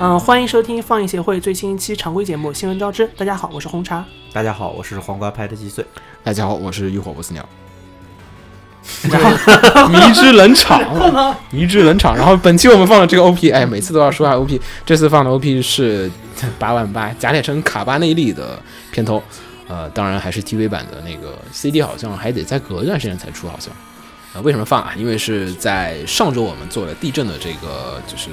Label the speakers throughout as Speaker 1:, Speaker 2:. Speaker 1: 嗯，欢迎收听放映协会最新一期常规节目《新闻招之》。大家好，我是红茶。
Speaker 2: 大家好，我是黄瓜派的鸡碎。
Speaker 3: 大家好，我是浴火不死鸟。迷之冷场，迷之冷场。然后本期我们放的这个 OP，哎，每次都要说下 OP。这次放的 OP 是八万八贾铁城卡巴内利的片头，呃，当然还是 TV 版的那个 CD，好像还得再隔一段时间才出，好像。呃，为什么放啊？因为是在上周我们做了地震的这个，就是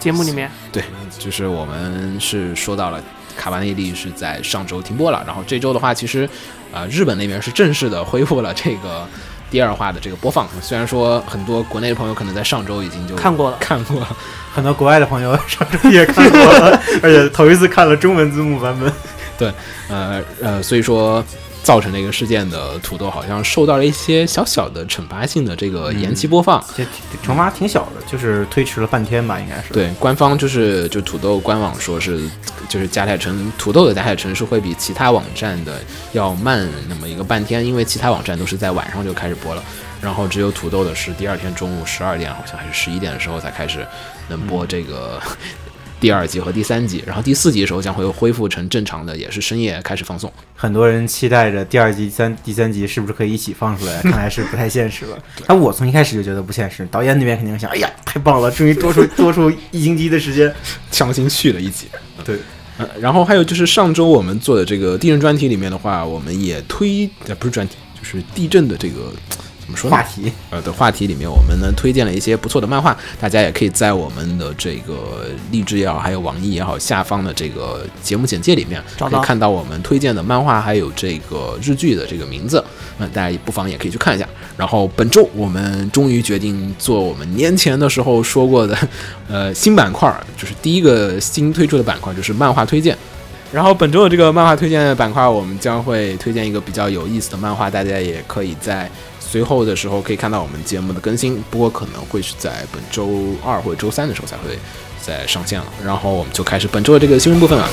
Speaker 1: 节目里面，
Speaker 3: 对，就是我们是说到了卡巴内利是在上周停播了，然后这周的话，其实呃日本那边是正式的恢复了这个第二话的这个播放。虽然说很多国内的朋友可能在上周已经就
Speaker 1: 看过了
Speaker 3: 看过了，
Speaker 2: 很多国外的朋友上周也看过了，而且头一次看了中文字幕 版本。
Speaker 3: 呃呃，所以说。造成这个事件的土豆好像受到了一些小小的惩罚性的这个延
Speaker 1: 嗯
Speaker 3: 期播放，
Speaker 2: 这惩罚挺小的，就是推迟了半天吧，应该是。，
Speaker 3: 对，官方就是就土豆官网说是，就是加泰城土豆的加泰城是会比其他网站的要慢那么一个半天，因为其他网站都是在晚上就开始播了，然后只有土豆的是第二天中午十二点好像还是十一点的时候才开始能
Speaker 2: 嗯
Speaker 3: 播这个第二集和第三集，然后第四集的时候将会恢复成正常的，也是深夜开始放送。
Speaker 2: 很多人期待着第二集、三第三集是不是可以一起放出来，看来是不太现 实了。但我从一开始就觉得不现实，导演那边肯定想，哎呀，太棒了，终于多出多出一星期的时 间。
Speaker 3: 强行续了一集。
Speaker 2: 对
Speaker 3: 呃，然后还有就是上周我们做的这个地震专题里面的话，我们也推呃不是专题，就是地震的这个怎么说呢
Speaker 2: 话题，
Speaker 3: 呃的话题里面，我们呢推荐了一些不错的漫画，大家也可以在我们的这个励志也好，还有网易也好下方的这个节目简介里面
Speaker 1: 找
Speaker 3: 可
Speaker 1: 到
Speaker 3: 以看到我们推荐的漫画还有这个日剧的这个名字，那、大家也不妨也可以去看一下。然后本周我们终于决定做我们年前的时候说过的，呃新板块，就是第一个新推出的板块就是漫画推荐。然后本周的这个漫画推荐板块，我们将会推荐一个比较有意思的漫画，大家也可以在随后的时候可以看到我们节目的更新，不过可能会是在本周二或者周三的时候才会再上线了。然后我们就开始本周的这个新闻部分了。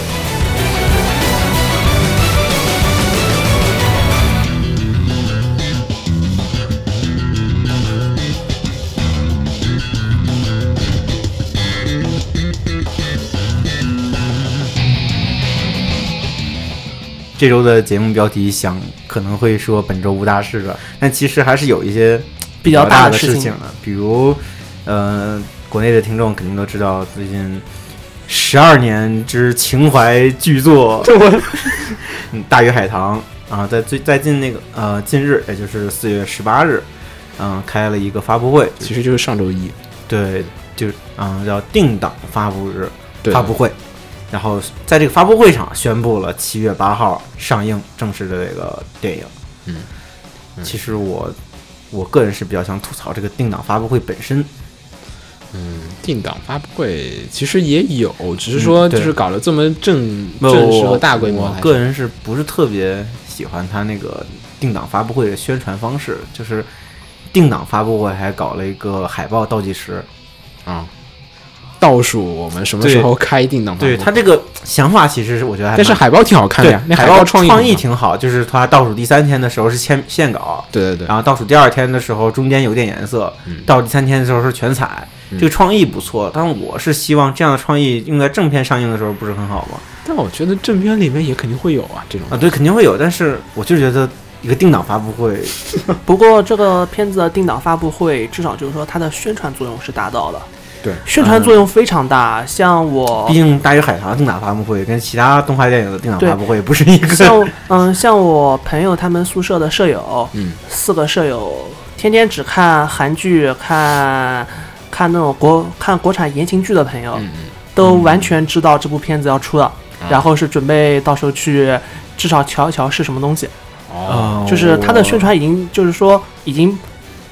Speaker 2: 这周的节目标题想可能会说本周无大事吧，但其实还是有一些
Speaker 1: 比较大
Speaker 2: 大
Speaker 1: 的
Speaker 2: 事
Speaker 1: 情。
Speaker 2: 了，比如，呃，国内的听众肯定都知道，最近十二年之情怀巨作嗯《 大鱼海棠》啊，在最在近那个呃近日，也就是四月十八日，嗯、开了一个发布会，
Speaker 3: 其实就是上周一，
Speaker 2: 对，就是嗯、叫定档发布日
Speaker 3: 对
Speaker 2: 发布会。然后在这个发布会上宣布了七月八号上映正式的这个电影。
Speaker 3: 嗯嗯
Speaker 2: 其实我我个人是比较想吐槽这个定档发布会本身，
Speaker 3: 嗯，定档发布会其实也有，只是说
Speaker 2: 嗯
Speaker 3: 就
Speaker 2: 对
Speaker 3: 是搞了这么正
Speaker 2: 我
Speaker 3: 正式和大规模
Speaker 2: 我
Speaker 3: 来说，
Speaker 2: 个人是不是特别喜欢他那个定档发布会的宣传方式？就是定档发布会还搞了一个海报倒计时，
Speaker 3: 啊、倒数我们什么时候开定档发布会
Speaker 2: 对他这个想法其实是我觉得还
Speaker 3: 但是
Speaker 2: 蛮
Speaker 3: 海报挺好看的
Speaker 2: 对
Speaker 3: 呀，那
Speaker 2: 海
Speaker 3: 报
Speaker 2: 创
Speaker 3: 意
Speaker 2: 意
Speaker 3: 很好
Speaker 2: 挺好，就是他倒数第三天的时候是签线稿，
Speaker 3: 对对对，
Speaker 2: 然后倒数第二天的时候中间有点颜色，
Speaker 3: 嗯
Speaker 2: 到第三天的时候是全彩，
Speaker 3: 嗯
Speaker 2: 这个创意不错。但我是希望这样的创意用在正片上映的时候不是很好吗？
Speaker 3: 但我觉得正片里面也肯定会有啊这种
Speaker 2: 啊，对，肯定会有，但是我就觉得一个定档发布会，
Speaker 1: 不过这个片子的定档发布会，至少就是说它的宣传作用是达到了。
Speaker 3: 对
Speaker 1: 宣传作用非常大。像我
Speaker 2: 毕，竟《大鱼海棠》定档发布会跟其他动画电影的定档
Speaker 1: 对
Speaker 2: 发布会不是一
Speaker 1: 像
Speaker 2: 个。
Speaker 1: 我嗯，像我朋友他们宿舍的舍友，
Speaker 3: 嗯，
Speaker 1: 四个舍友天天只看韩剧，看看那种国看国产言情剧的朋友，
Speaker 3: 嗯嗯。啊
Speaker 1: 都完全知道这部片子要出了，然后是准备到时候去至少瞧一瞧是什么东西。
Speaker 3: 哦，
Speaker 1: 就是它的宣传已经就是说已经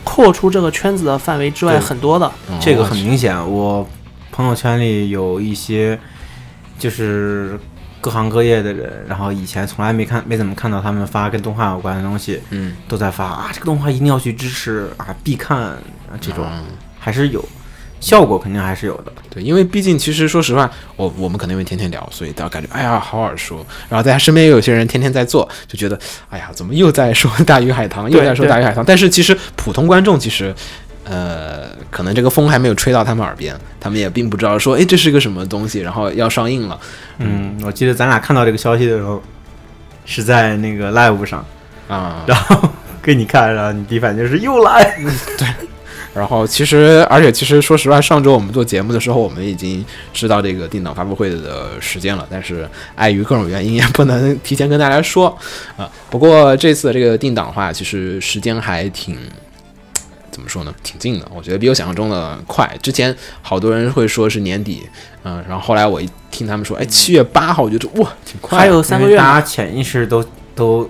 Speaker 1: 扩出这个圈子的范围之外
Speaker 2: 对
Speaker 1: 很多了。
Speaker 2: 这个很明显，我朋友圈里有一些就是各行各业的人，然后以前从来没看没怎么看到他们发跟动画有关的东西，
Speaker 3: 嗯，
Speaker 2: 都在发啊，这个动画一定要去支持啊，必看啊，这种
Speaker 3: 嗯
Speaker 2: 还是有效果，肯定还是有的。
Speaker 3: 对，因为毕竟其实说实话，我我们可能会天天聊，所以大家感觉哎呀好耳熟。然后大家身边也有些人天天在做，就觉得哎呀怎么又在说大鱼海棠，又
Speaker 1: 对
Speaker 3: 在说
Speaker 1: 对
Speaker 3: 大鱼海棠。但是其实普通观众其实。呃，可能这个风还没有吹到他们耳边，他们也并不知道说，哎，这是个什么东西，然后要上映了
Speaker 2: 嗯，我记得咱俩看到这个消息的时候，是在那个 live 上，
Speaker 3: 啊。
Speaker 2: 然后给你看，然后你第一反应就是又来，
Speaker 3: 然后其实，而且其实说实话，上周我们做节目的时候，我们已经知道这个定档发布会的时间了，但是碍于各种原因也不能提前跟大家说 啊、不过这次的这个定档的话，其实时间还挺。怎么说呢？挺近的，我觉得比我想象中的快。之前好多人会说是年底，嗯、然后后来我一听他们说，哎，
Speaker 2: 嗯
Speaker 3: 七月八号，我觉得哇，挺快的。
Speaker 1: 还有三个
Speaker 2: 因为
Speaker 1: 月嘛，
Speaker 2: 大家潜意识都都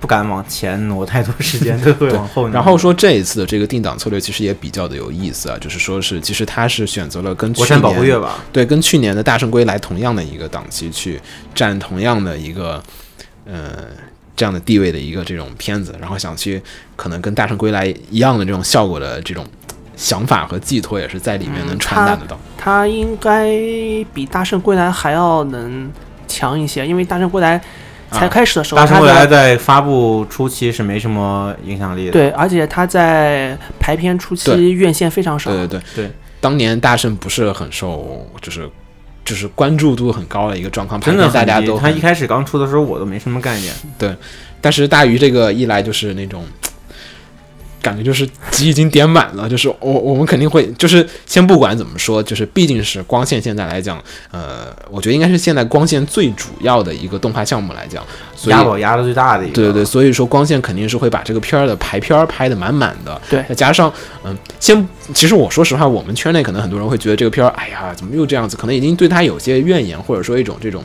Speaker 2: 不敢往前挪太多时间，都 会往后挪。
Speaker 3: 然后说这一次的这个定档策略其实也比较的有意思啊，就是说是其实他是选择了跟去
Speaker 2: 国产
Speaker 3: 年
Speaker 2: 保护月吧，
Speaker 3: 对，跟去年的《大圣归来》同样的一个档期去占同样的一个呃这样的地位的一个这种片子，然后想去可能跟《大圣归来》一样的这种效果的这种想法和寄托，也是在里面能传达得到。
Speaker 1: 它应该比《大圣归来》还要能强一些，因为《大圣归来》才
Speaker 3: 啊
Speaker 1: 开始的时候，
Speaker 2: 大圣
Speaker 1: 它
Speaker 2: 未来
Speaker 1: 的
Speaker 2: 在发布初期是没什么影响力的。，
Speaker 1: 对，而且它在排片初
Speaker 3: 对
Speaker 1: 期院线非常少，
Speaker 3: 对对对
Speaker 2: 对，
Speaker 3: 当年大圣不是很受，就是就是关注度很高的一个状况，
Speaker 2: 真的
Speaker 3: 排片大家
Speaker 2: 很低
Speaker 3: 都
Speaker 2: 他
Speaker 3: 很
Speaker 2: 一开始刚出的时候，我都没什么概念。
Speaker 3: 但是大鱼这个一来就是那种。感觉就是急已经点满了，就是我我们肯定会，就是先不管怎么说，就是毕竟是光线现在来讲，呃，我觉得应该是现在光线最主要的一个动画项目来讲，所以
Speaker 2: 压宝压的最大的一个，
Speaker 1: 啊
Speaker 3: 对对对，所以说光线肯定是会把这个片儿的排片儿拍的满满的。
Speaker 1: 对
Speaker 3: 再加上嗯，先其实我说实话，我们圈内可能很多人会觉得这个片儿，哎呀，怎么又这样子？可能已经对他有些怨言，或者说一种这种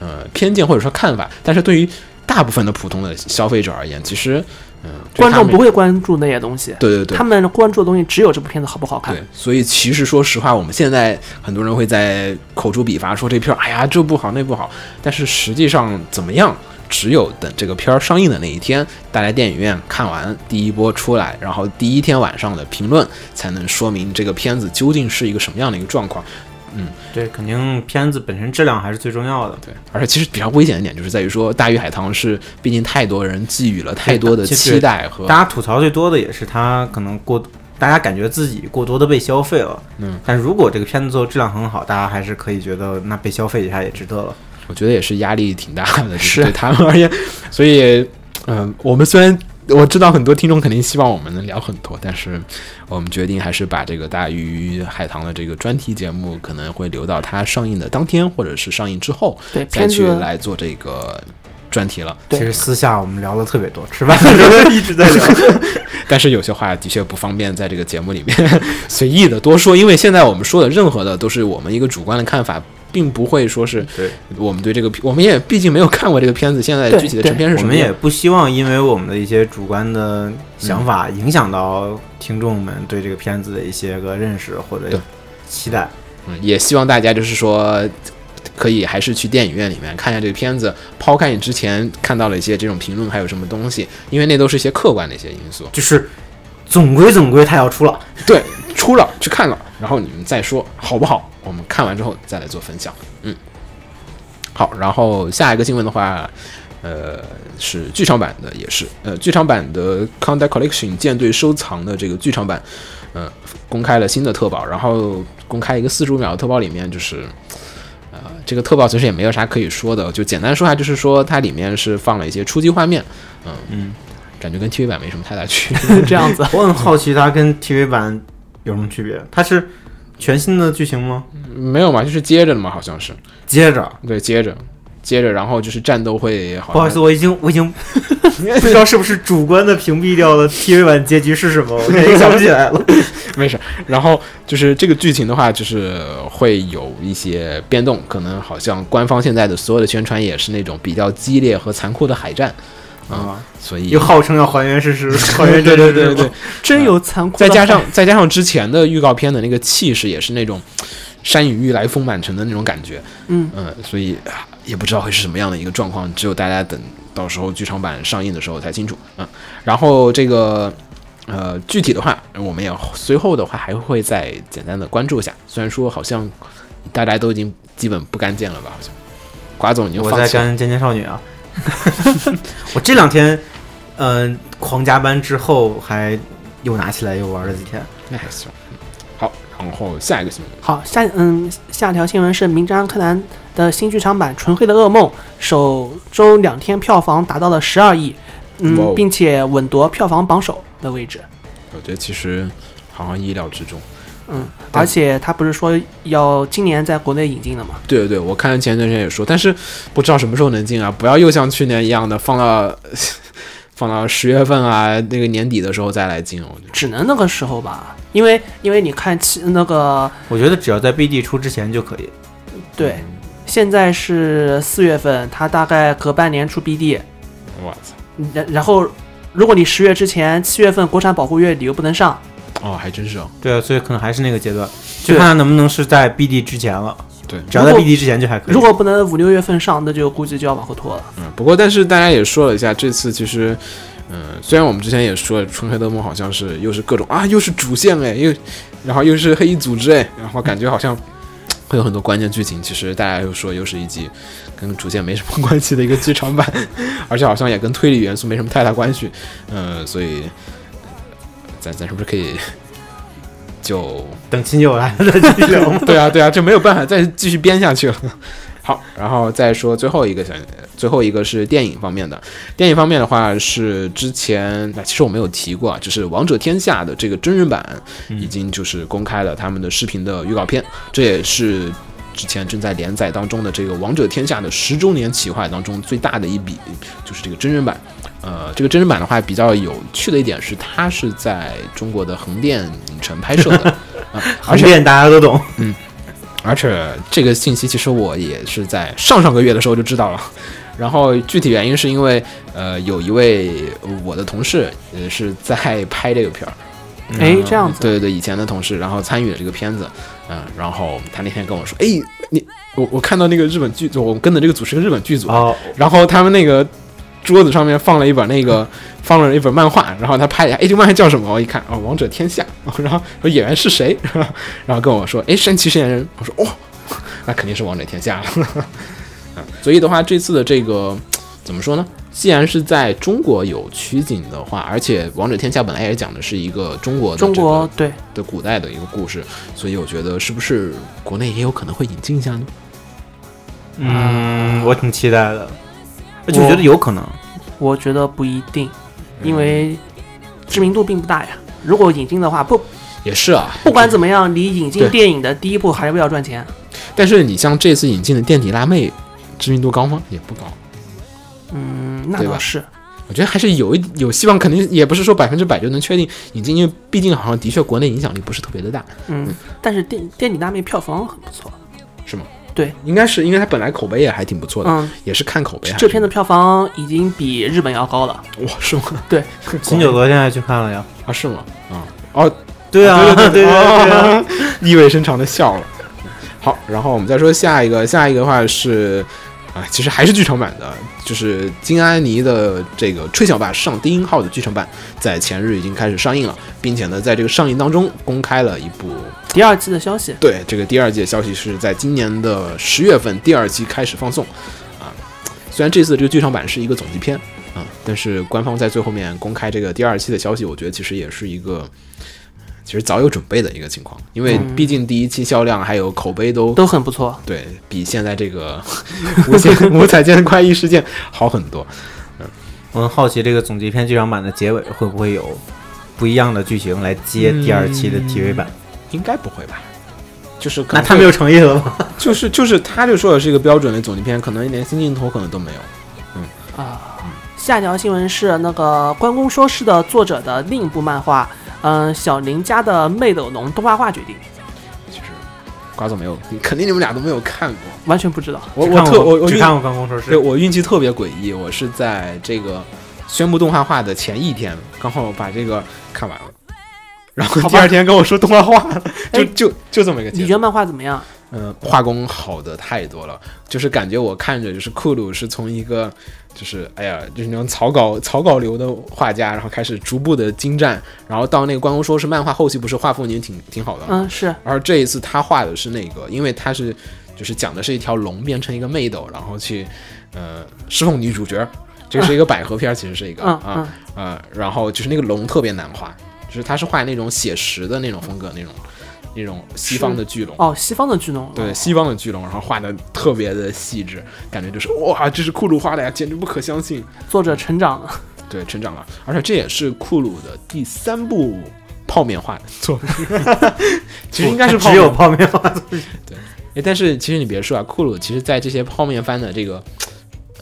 Speaker 3: 呃偏见或者说看法。但是对于大部分的普通的消费者而言，其实嗯，对
Speaker 1: 观
Speaker 3: 他
Speaker 1: 众
Speaker 3: 们
Speaker 1: 不会关注那些东西，
Speaker 3: 对对对
Speaker 1: 他。们关注的东西只有这部片子好不好看
Speaker 3: 对。，所以其实说实话，我们现在很多人会在口诛笔伐，说这片儿，哎呀，这不好那不好。但是实际上怎么样，只有等这个片儿上映的那一天，大家电影院看完第一波出来，然后第一天晚上的评论，才能说明这个片子究竟是一个什么样的一个状况。
Speaker 2: 对，肯定片子本身质量还是最重要的。
Speaker 3: 对，而且其实比较危险一点，就是在于说《大鱼海棠》是毕竟太多人寄予了太多的
Speaker 2: 对
Speaker 3: 期待和
Speaker 2: 大家吐槽最多的也是他可能过，大家感觉自己过多的被消费了。
Speaker 3: 嗯，
Speaker 2: 但如果这个片子做得质量很好，大家还是可以觉得那被消费一下也值得了。
Speaker 3: 我觉得也是压力挺大的，就是对他们而 言。所以，嗯、我们虽然我知道很多听众肯定希望我们能聊很多，但是我们决定还是把这个大鱼海棠的这个专题节目可能会留到它上映的当天，或者是上映之后
Speaker 1: 对
Speaker 3: 再
Speaker 1: 片
Speaker 3: 去
Speaker 1: 子
Speaker 3: 来做这个专题了。
Speaker 2: 其
Speaker 1: 对
Speaker 2: 实私下我们聊了特别多，吃饭的时候一直在聊。
Speaker 3: 但是有些话的确不方便在这个节目里面 随意的多说，因为现在我们说的任何的都是我们一个主观的看法。并不会说是
Speaker 2: 对
Speaker 3: 我们对这个，我们也毕竟没有看过这个片子，现在
Speaker 1: 对
Speaker 3: 具体的
Speaker 1: 对
Speaker 3: 成片是
Speaker 2: 我
Speaker 3: 什么
Speaker 2: 们
Speaker 3: 样
Speaker 2: 也不希望因为我们的一些主观的想法
Speaker 3: 嗯
Speaker 2: 影响到听众们对这个片子的一些个认识或者
Speaker 3: 对
Speaker 2: 期待。
Speaker 3: 嗯，也希望大家就是说，可以还是去电影院里面看一下这个片子，抛开你之前看到了一些这种评论还有什么东西，因为那都是一些客观的一些因素。
Speaker 2: 就是总归总归他要出了，
Speaker 3: 对，出了去看了，然后你们再说好不好？我们看完之后再来做分享。嗯，好，然后下一个新闻的话。呃，是剧场版的，也是呃，剧场版的《Contact Collection》舰队收藏的这个剧场版，呃，公开了新的特报，然后公开一个四十五秒的特报，里面就是呃，这个特报其实也没有啥可以说的，就简单说下，就是说它里面是放了一些初级画面，嗯
Speaker 2: 嗯，。
Speaker 3: 感觉跟 TV 版没什么太大区别。
Speaker 1: 这样子
Speaker 2: 我很好奇它跟 TV 版有什么区别？它是全新的剧情吗？
Speaker 3: 没有嘛，就是接着的嘛，好像是，
Speaker 2: 接着，
Speaker 3: 对，接着，接着，然后就是战斗会好像，
Speaker 2: 不好意思，我已经我已 经不知道是不是主观的屏蔽掉了 TV 版结局是什么，我现 在想不起来了。
Speaker 3: 没事。然后就是这个剧情的话，就是会有一些变动，可能好像官方现在的所有的宣传也是那种比较激烈和残酷的海战，
Speaker 2: 啊，
Speaker 3: 所以
Speaker 2: 又号称要还原事实，还 原
Speaker 3: 对
Speaker 2: 真
Speaker 3: 对
Speaker 2: 实，
Speaker 3: 对对，
Speaker 1: 真有残酷的
Speaker 3: 啊再加
Speaker 1: 海，
Speaker 3: 上再加上之前的预告片的那个气势，也是那种山雨欲来风满城的那种感觉。
Speaker 1: 嗯
Speaker 3: 嗯，所以啊也不知道会是什么样的一个状况，只有大家等到时候剧场版上映的时候才清楚。嗯，然后这个呃具体的话，我们也随后的话还会再简单的关注一下。虽然说好像大家都已经基本不干见了吧，好像瓜总已经
Speaker 2: 我
Speaker 3: 放
Speaker 2: 在
Speaker 3: 弃了。
Speaker 2: 干《尖尖少女》啊， 我这两天，嗯、狂加班之后还又拿起来又玩了几天。
Speaker 3: 那还行。嗯好，然后下一个新闻。
Speaker 1: 好，下嗯，下条新闻是《名侦探柯南》的新剧场版《纯黑的噩梦》，首周两天票房达到了十二亿，
Speaker 3: 哇
Speaker 1: 嗯
Speaker 3: 哦，
Speaker 1: 并且稳夺票房榜首的位置。
Speaker 3: 我觉得其实好像意料之中。
Speaker 1: 嗯，而且他不是说要今年在国内引进的吗？
Speaker 3: 对对对，我看前段时间也说，但是不知道什么时候能进啊！不要又像去年一样的放到 放到十月份啊，那个年底的时候再来进。我觉得
Speaker 1: 只能那个时候吧，因为因为你看其那个
Speaker 2: 我觉得只要在 BD 出之前就可以。
Speaker 1: 对，现在是四月份，他大概隔半年出 BD，
Speaker 3: 我操，
Speaker 1: 然然后如果你十月之前七月份国产保护月你又不能上，
Speaker 3: 哦，还真是哦，
Speaker 2: 对啊，所以可能还是那个阶段，就
Speaker 1: 对
Speaker 2: 看看能不能是在 BD 之前了。
Speaker 3: 对，
Speaker 2: 只要在
Speaker 1: 如果
Speaker 2: BD 之前就还可以。
Speaker 1: 如果不能五六月份上，那就估计就要往后拖了。
Speaker 3: 嗯，不过但是大家也说了一下，这次其实，嗯、虽然我们之前也说《春黑的梦》好像是又是各种啊，又是主线哎，又然后又是黑衣组织哎，然后感觉好像会有很多关键剧情，其实大家又说又是一集跟主线没什么关系的一个剧场版， 而且好像也跟推理元素没什么太大关系，嗯、所以咱咱是不是可以就
Speaker 2: 等秦九来了再继续聊
Speaker 3: 对啊，对啊，这没有办法再继续编下去了。 好，然后再说最后一个小，最后一个是电影方面的。电影方面的话是之前，那其实我没有提过啊，就是《王者天下》的这个真人版已经就是公开了他们的视频的预告片，这也是之前正在连载当中的这个《王者天下》的十周年企划当中最大的一笔，就是这个真人版。呃，这个真人版的话比较有趣的一点是，它是在中国的横店影城拍摄的，啊而
Speaker 2: 横
Speaker 3: 且
Speaker 2: 店大家都懂。
Speaker 3: 而且这个信息其实我也是在上上个月的时候就知道了， 然后具体原因是因为呃有一位我的同事呃是在拍这个片儿，
Speaker 1: 哎，这样子，
Speaker 3: 嗯对对对，以前的同事，然后参与了这个片子，嗯，然后他那天跟我说，哎，你我我看到那个日本剧组，我跟的这个组是个日本剧组，啊
Speaker 2: 哦，
Speaker 3: 然后他们那个桌子上面放了一本那 个放了一本漫画，然后他拍一下，哎，这个漫画叫什么？我一看，哦，《王者天下》 然后说演员是谁？ 然后跟我说，哎，山崎实验人。我说，哦， 那肯定是《王者天下》了。 嗯所以的话，这次的这个怎么说呢？既然是在中国有取景的话，而且《王者天下》本来也讲的是一个中国的、
Speaker 1: 中国对
Speaker 3: 的古代的一个故事，所以我觉得是不是国内也有可能会引进一下呢？
Speaker 2: 嗯，我挺期待的，而且我觉得有可能。
Speaker 1: 我觉得不一定，因为知名度并不大呀。如果引进的话，不
Speaker 3: 也嗯是啊，
Speaker 1: 不管怎么样，你引进
Speaker 3: 对
Speaker 1: 电影的第一步还是为了赚钱。
Speaker 3: 但是你像这次引进的垫底辣妹，知名度高吗？也不高。
Speaker 1: 嗯，那
Speaker 3: 对吧
Speaker 1: 倒是。
Speaker 3: 我觉得还是有一有希望，肯定也不是说百分之百就能确定引进，因为毕竟好像的确国内影响力不是特别的大，
Speaker 1: 嗯，但是电电影大妹票房很不错。
Speaker 3: 是吗？
Speaker 1: 对，
Speaker 3: 应该是因为它本来口碑也还挺不错的，
Speaker 1: 嗯，
Speaker 3: 也是看口碑还是。
Speaker 1: 这片的票房已经比日本要高了。
Speaker 3: 哇是吗？
Speaker 1: 对，
Speaker 2: 秦九昨天还去看了呀。
Speaker 3: 啊是吗？啊哦
Speaker 2: 对啊，
Speaker 3: 对
Speaker 2: 对啊，
Speaker 3: 啊，意味深长的笑了。好，然后我们再说下一个，下一个的话是啊，其实还是剧场版的，就是金安妮的这个《吹小吧上低音号》的剧场版，在前日已经开始上映了，并且呢，在这个上映当中公开了一部
Speaker 1: 第二季的消息，
Speaker 3: 对，这个第二季的消息是在今年的十月份第二季开始放送，啊，虽然这次这个剧场版是一个总集篇，啊，但是官方在最后面公开这个第二期的消息，我觉得其实也是一个，其实早有准备的一个情况，因为毕竟第一期销量还有口碑都
Speaker 1: 都很不错。
Speaker 3: 对比现在这个无线五彩剑快意事件好很多，
Speaker 2: 我很好奇这个总集篇剧场版的结尾会不会有不一样的剧情来接第二期的 TV 版？
Speaker 3: 应该不会吧？就是可
Speaker 2: 那
Speaker 3: 能
Speaker 2: 太
Speaker 3: 会
Speaker 2: 没有诚意了吧？
Speaker 3: 就是就是他就说的是一个标准的总集篇，可能连新镜头可能都没有。
Speaker 1: 啊下一条新闻是那个关公说事的作者的另一部漫画，嗯、小林家的妹斗龙动画化决定，
Speaker 3: 其实瓜总没有，肯定你们俩都没有看过。
Speaker 1: 完全不知道。
Speaker 3: 我
Speaker 2: 只
Speaker 3: 我
Speaker 2: 看
Speaker 3: 特
Speaker 2: 过
Speaker 3: 我我
Speaker 2: 只
Speaker 3: 运
Speaker 2: 看过《关公说事
Speaker 3: 对》，我运气特别诡异，我是在这个宣布动画化的前一天，刚好把这个看完了。然后第二天跟我说动画化了，就
Speaker 1: 哎
Speaker 3: 就就这么一个结
Speaker 1: 你
Speaker 3: 果
Speaker 1: 觉。得漫画怎么样？
Speaker 3: 嗯，画工好的太多了，就是感觉我看着就是库鲁是从一个就是哎呀就是那种草稿草稿流的画家，然后开始逐步的精湛，然后到那个关公说是漫画后期不是画风已经挺挺好的了，
Speaker 1: 嗯，是
Speaker 3: 而这一次他画的是那个，因为他是就是讲的是一条龙变成一个妹斗，然后去呃侍奉女主角，这个是一个百合片儿，其实是一个
Speaker 1: 嗯
Speaker 3: 啊啊、然后就是那个龙特别难画，就是他是画那种写实的那种风格，那种那种西方的巨龙。
Speaker 1: 哦，西方的巨龙，
Speaker 3: 对西方的巨龙，然后画的特别的细致，感觉就是哇，这是库鲁画的呀，简直不可相信。
Speaker 1: 作者成长了，
Speaker 3: 对，成长了，而且这也是库鲁的第三部泡面画的作品， 其实应该是泡面
Speaker 2: 只有泡面化。
Speaker 3: 哎，但是其实你别说啊，库鲁其实在这些泡面番的这个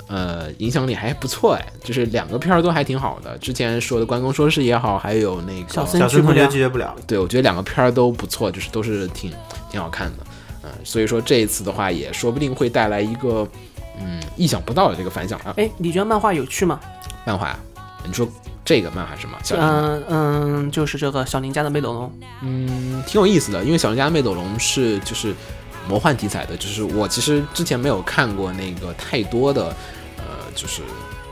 Speaker 3: 呃影响力还不错哎，就是两个片儿都还挺好的。之前说的《关公说事》也好，还有那个
Speaker 1: 小森
Speaker 2: 小
Speaker 1: 真去
Speaker 2: 孙
Speaker 1: 不
Speaker 2: 同学
Speaker 1: 了
Speaker 2: 拒绝不了，
Speaker 3: 对我觉得两个片儿都不错，就是都是挺挺好看的。嗯、所以说这一次的话，也说不定会带来一个嗯意想不到的这个反响啊。
Speaker 1: 哎，你觉得漫画有趣吗？
Speaker 3: 漫画啊，你说这个漫画是吗？小樱
Speaker 1: 嗯嗯，就是这个小林家的魅斗龙，
Speaker 3: 嗯，挺有意思的，因为《小人家的魅斗龙》是就是魔幻题材的，就是我其实之前没有看过那个太多的，呃，就是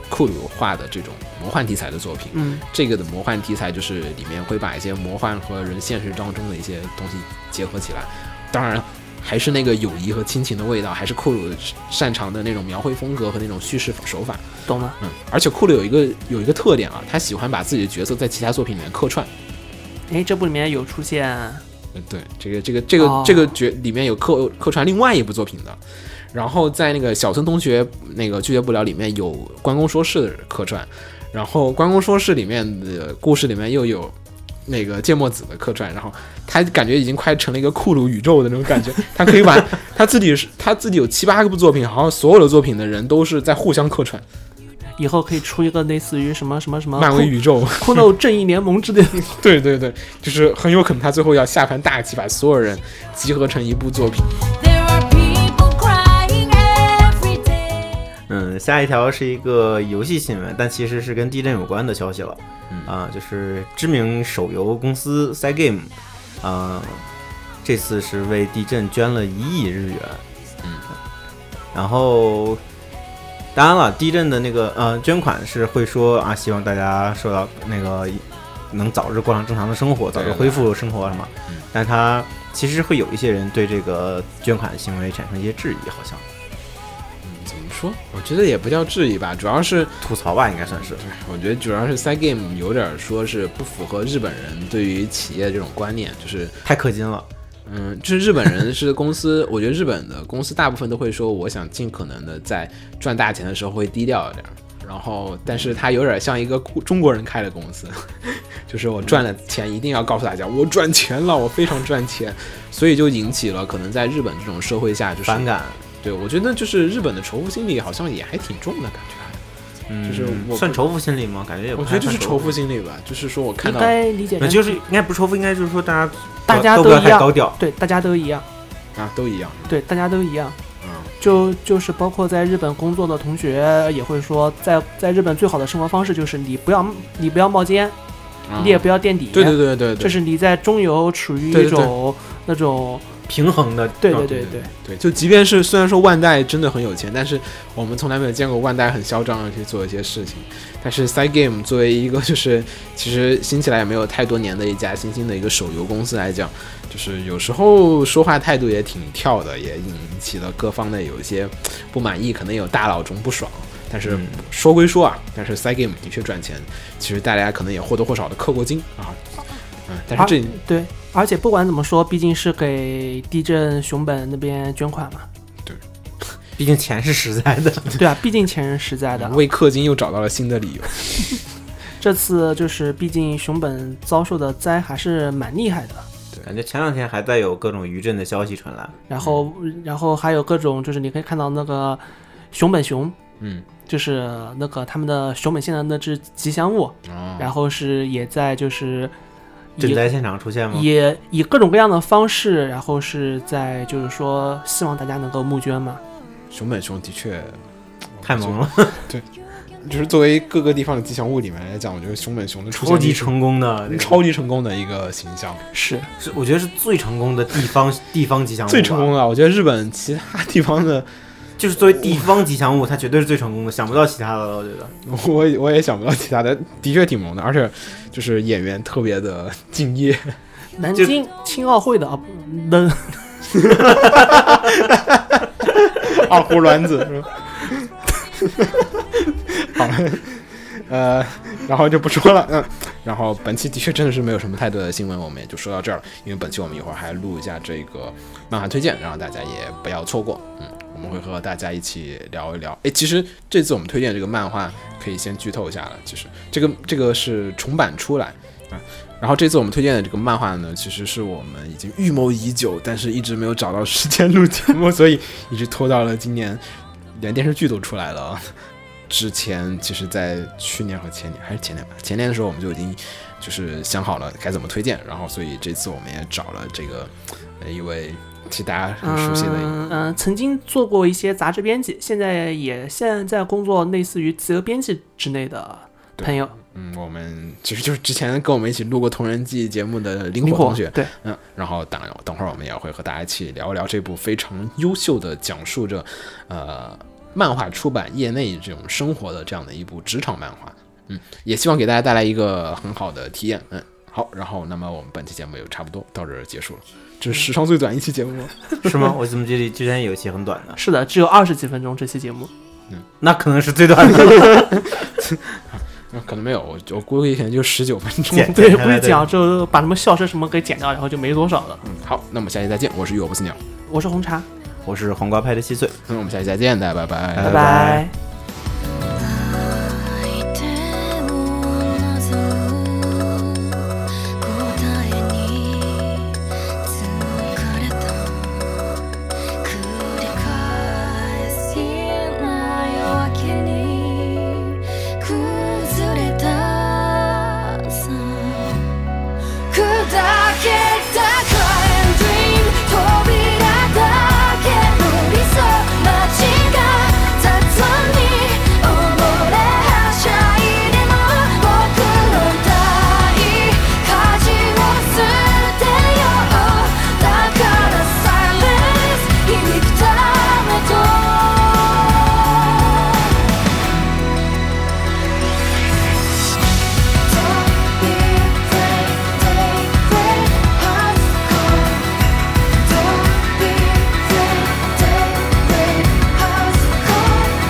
Speaker 3: 库鲁画的这种魔幻题材的作品。
Speaker 1: 嗯，
Speaker 3: 这个的魔幻题材就是里面会把一些魔幻和人现实当中的一些东西结合起来，当然还是那个友谊和亲情的味道，还是库鲁擅长的那种描绘风格和那种叙事手法。
Speaker 1: 懂了。
Speaker 3: 嗯，而且库鲁有一个有一个特点啊，他喜欢把自己的角色在其他作品里面客串。
Speaker 1: 哎，这部里面有出现，
Speaker 3: 嗯，对，这个这个这个、
Speaker 1: 哦
Speaker 3: 这个角里面有客客串另外一部作品的，然后在那个小村同学那个拒绝不了里面有关公说事的客串，然后关公说事里面的故事里面又有。那个芥末子的客串，然后他感觉已经快成了一个库鲁宇宙的那种感觉，他可以把他自己是他自己有七八个部作品，好像所有的作品的人都是在互相客串，
Speaker 1: 以后可以出一个类似于什么什么什么
Speaker 3: 漫威宇宙，
Speaker 1: 骷骷髅正义联盟之类的。
Speaker 3: 对对对，就是很有可能他最后要下盘大棋，把所有人集合成一部作品。
Speaker 4: There are people crying every day.
Speaker 2: 嗯，下一条是一个游戏新闻，但其实是跟地震有关的消息了。
Speaker 3: 嗯
Speaker 2: 啊，就是知名手游公司 Cygame，啊、这次是为地震捐了一亿日元。
Speaker 3: 嗯，
Speaker 2: 然后当然了，地震的那个呃捐款是会说啊，希望大家受到那个能早日过上正常的生活，早日
Speaker 3: 对
Speaker 2: 恢复生活什么
Speaker 3: 嗯。
Speaker 2: 但他其实会有一些人对这个捐款行为产生一些质疑，好像
Speaker 3: 怎么说？我觉得也不叫质疑吧，主要是哎
Speaker 2: 吐槽吧，应该算是。
Speaker 3: 我觉得主要是 Side Game 有点说是不符合日本人对于企业这种观念，就是
Speaker 2: 太氪金了。
Speaker 3: 嗯，就是日本人是公司， 我觉得日本的公司大部分都会说，我想尽可能的在赚大钱的时候会低调一点儿。然后，但是他有点像一个顾中国人开的公司， 就是我赚了钱一定要告诉大家我赚钱了，我非常赚钱，所以就引起了可能在日本这种社会下就是
Speaker 2: 反。感，
Speaker 3: 对，我觉得就是日本的仇富心理好像也还挺重的感觉。啊
Speaker 2: 嗯
Speaker 3: 就是我
Speaker 2: 算仇富心理吗？感觉也不
Speaker 3: 我觉
Speaker 2: 太
Speaker 3: 得就是
Speaker 2: 算
Speaker 3: 仇
Speaker 2: 富
Speaker 3: 富，心理吧，就是说我 看
Speaker 1: 应
Speaker 3: 到，
Speaker 1: 该理解
Speaker 2: 那
Speaker 1: 成
Speaker 2: 就是应该不是仇富，应该就是说大家
Speaker 1: 大家
Speaker 2: 都
Speaker 1: 都
Speaker 2: 不要
Speaker 1: 一
Speaker 2: 太
Speaker 1: 样
Speaker 2: 高调。
Speaker 1: 对，大家都一样，
Speaker 3: 啊，都一样，
Speaker 1: 对，大家都一样。
Speaker 3: 嗯，
Speaker 1: 就就是包括在日本工作的同学也会说，在在日本最好的生活方式就是你不要你不要冒尖，你也不要垫底，
Speaker 3: 啊对对对对对，
Speaker 1: 就是你在中游处于
Speaker 3: 对
Speaker 1: 一
Speaker 3: 对对
Speaker 1: 种那种
Speaker 2: 平衡的，
Speaker 1: 对
Speaker 2: 状
Speaker 1: 对
Speaker 2: 态
Speaker 1: 对对，
Speaker 3: 对，就即便是虽然说万代真的很有钱，但是我们从来没有见过万代很嚣张的去做一些事情。但是 Side Game 作为一个就是其实兴起来也没有太多年的一家新兴的一个手游公司来讲，就是有时候说话态度也挺跳的，也引起了各方的有一些不满意，可能有大佬中不爽。但是
Speaker 2: 嗯
Speaker 3: 说归说啊，但是 Side Game 的确赚钱，其实大家可能也或多或少的氪过金啊。嗯，但是这、
Speaker 1: 对，而且不管怎么说，毕竟是给地震熊本那边捐款嘛，
Speaker 2: 毕竟钱是实在的。
Speaker 1: 对啊，毕竟钱是实在的。啊
Speaker 3: 为氪金又找到了新的理由。
Speaker 1: 这次就是毕竟熊本遭受的灾还是蛮厉害的，
Speaker 2: 感觉前两天还在有各种余震的消息传来，
Speaker 1: 然后然后还有各种就是你可以看到那个熊本熊，
Speaker 3: 嗯，
Speaker 1: 就是那个他们的熊本县的那只吉祥物，
Speaker 3: 哦
Speaker 1: 然后是也在就是
Speaker 2: 震
Speaker 1: 以
Speaker 2: 灾现场出现吗？
Speaker 3: 嗯
Speaker 1: 也以各种各样的方式，然后是在就是说希望大家能够募捐嘛。
Speaker 3: 熊本熊的确
Speaker 2: 太萌了，
Speaker 3: 就是作为各个地方的吉祥物里面来讲，我觉得熊本熊的出现
Speaker 2: 超级
Speaker 3: 率是
Speaker 2: 成功的，这个
Speaker 3: 超级成功的一个形象，
Speaker 1: 是
Speaker 2: 是我觉得是最成功的地方 地方吉祥物吧，啊
Speaker 3: 最成功的。啊我觉得日本其他地方的，
Speaker 2: 就是作为地方吉祥物，它绝对是最成功的，想不到其他的了，我觉 得。
Speaker 3: 我也我也想不到其他的，的确挺萌的，而且就是演员特别的敬业。
Speaker 1: 南
Speaker 2: 就
Speaker 1: 京青奥会的啊，不能
Speaker 3: 二胡卵子是吧？好了，呃，然后就不说了，嗯，然后本期的确真的是没有什么太多的新闻，我们也就说到这儿了，因为本期我们一会儿还录一下这个漫画推荐，然后大家也不要错过，嗯，我们会和大家一起聊一聊。诶，其实这次我们推荐这个漫画可以先剧透一下了，其实这个这个是重版出来啊。然后这次我们推荐的这个漫画呢，其实是我们已经预谋已久，但是一直没有找到时间录节目，所以一直拖到了今年，连电视剧都出来了。之前其实，在去年和前年还是前年吧，前年的时候我们就已经就是想好了该怎么推荐，然后所以这次我们也找了这个呃一位其实大家很熟悉的一
Speaker 1: 嗯、呃曾经做过一些杂志编辑，现在也现在工作类似于自由编辑之类的
Speaker 3: 对
Speaker 1: 朋友，
Speaker 3: 嗯，我们其实就是之前跟我们一起录过同人记节目的灵
Speaker 1: 灵
Speaker 3: 火
Speaker 1: 火
Speaker 3: 同学，
Speaker 1: 对，
Speaker 3: 嗯，然后等等会儿我们也会和大家一起聊一聊这部非常优秀的讲述着呃漫画出版业内这种生活的这样的一部职场漫画，嗯，也希望给大家带来一个很好的体验，嗯，好，然后那么我们本期节目也差不多到这儿结束了，这是史上最短一期节目吗？
Speaker 2: 是吗？我怎么觉得之前有一期很短的，
Speaker 1: 是的，只有二十几分钟这期节目，
Speaker 2: 那可能是最短的。
Speaker 3: 嗯可能没有，我我估计可能就十九分钟。
Speaker 2: 剪
Speaker 1: 对，
Speaker 2: 剪
Speaker 1: 不
Speaker 2: 开
Speaker 1: 是
Speaker 2: 来
Speaker 1: 讲就把什么笑声什么给剪掉，然后就没多少了。
Speaker 3: 嗯，好，那我们下期再见，我是雨我不死鸟，嗯
Speaker 1: 我是红茶，
Speaker 2: 我是黄瓜派的七岁。
Speaker 3: 那我们下期再见，大家拜拜。
Speaker 2: 拜
Speaker 1: 拜
Speaker 2: 拜
Speaker 4: 「相手をまず答えにつかれた」「繰り返しないわけに崩れたさ」「砕けたカエン dream」「扉だけの理想街が雑に溺れはしゃいでも僕の大火事を捨てよう」「だからサイレンス響くためと」「Don't be afraid, take great hardcore」「Don't be afraid, take great hardcore」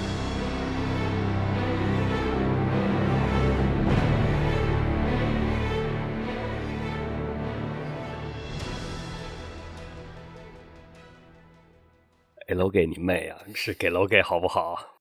Speaker 5: 给楼给你妹啊，是给楼给好不好？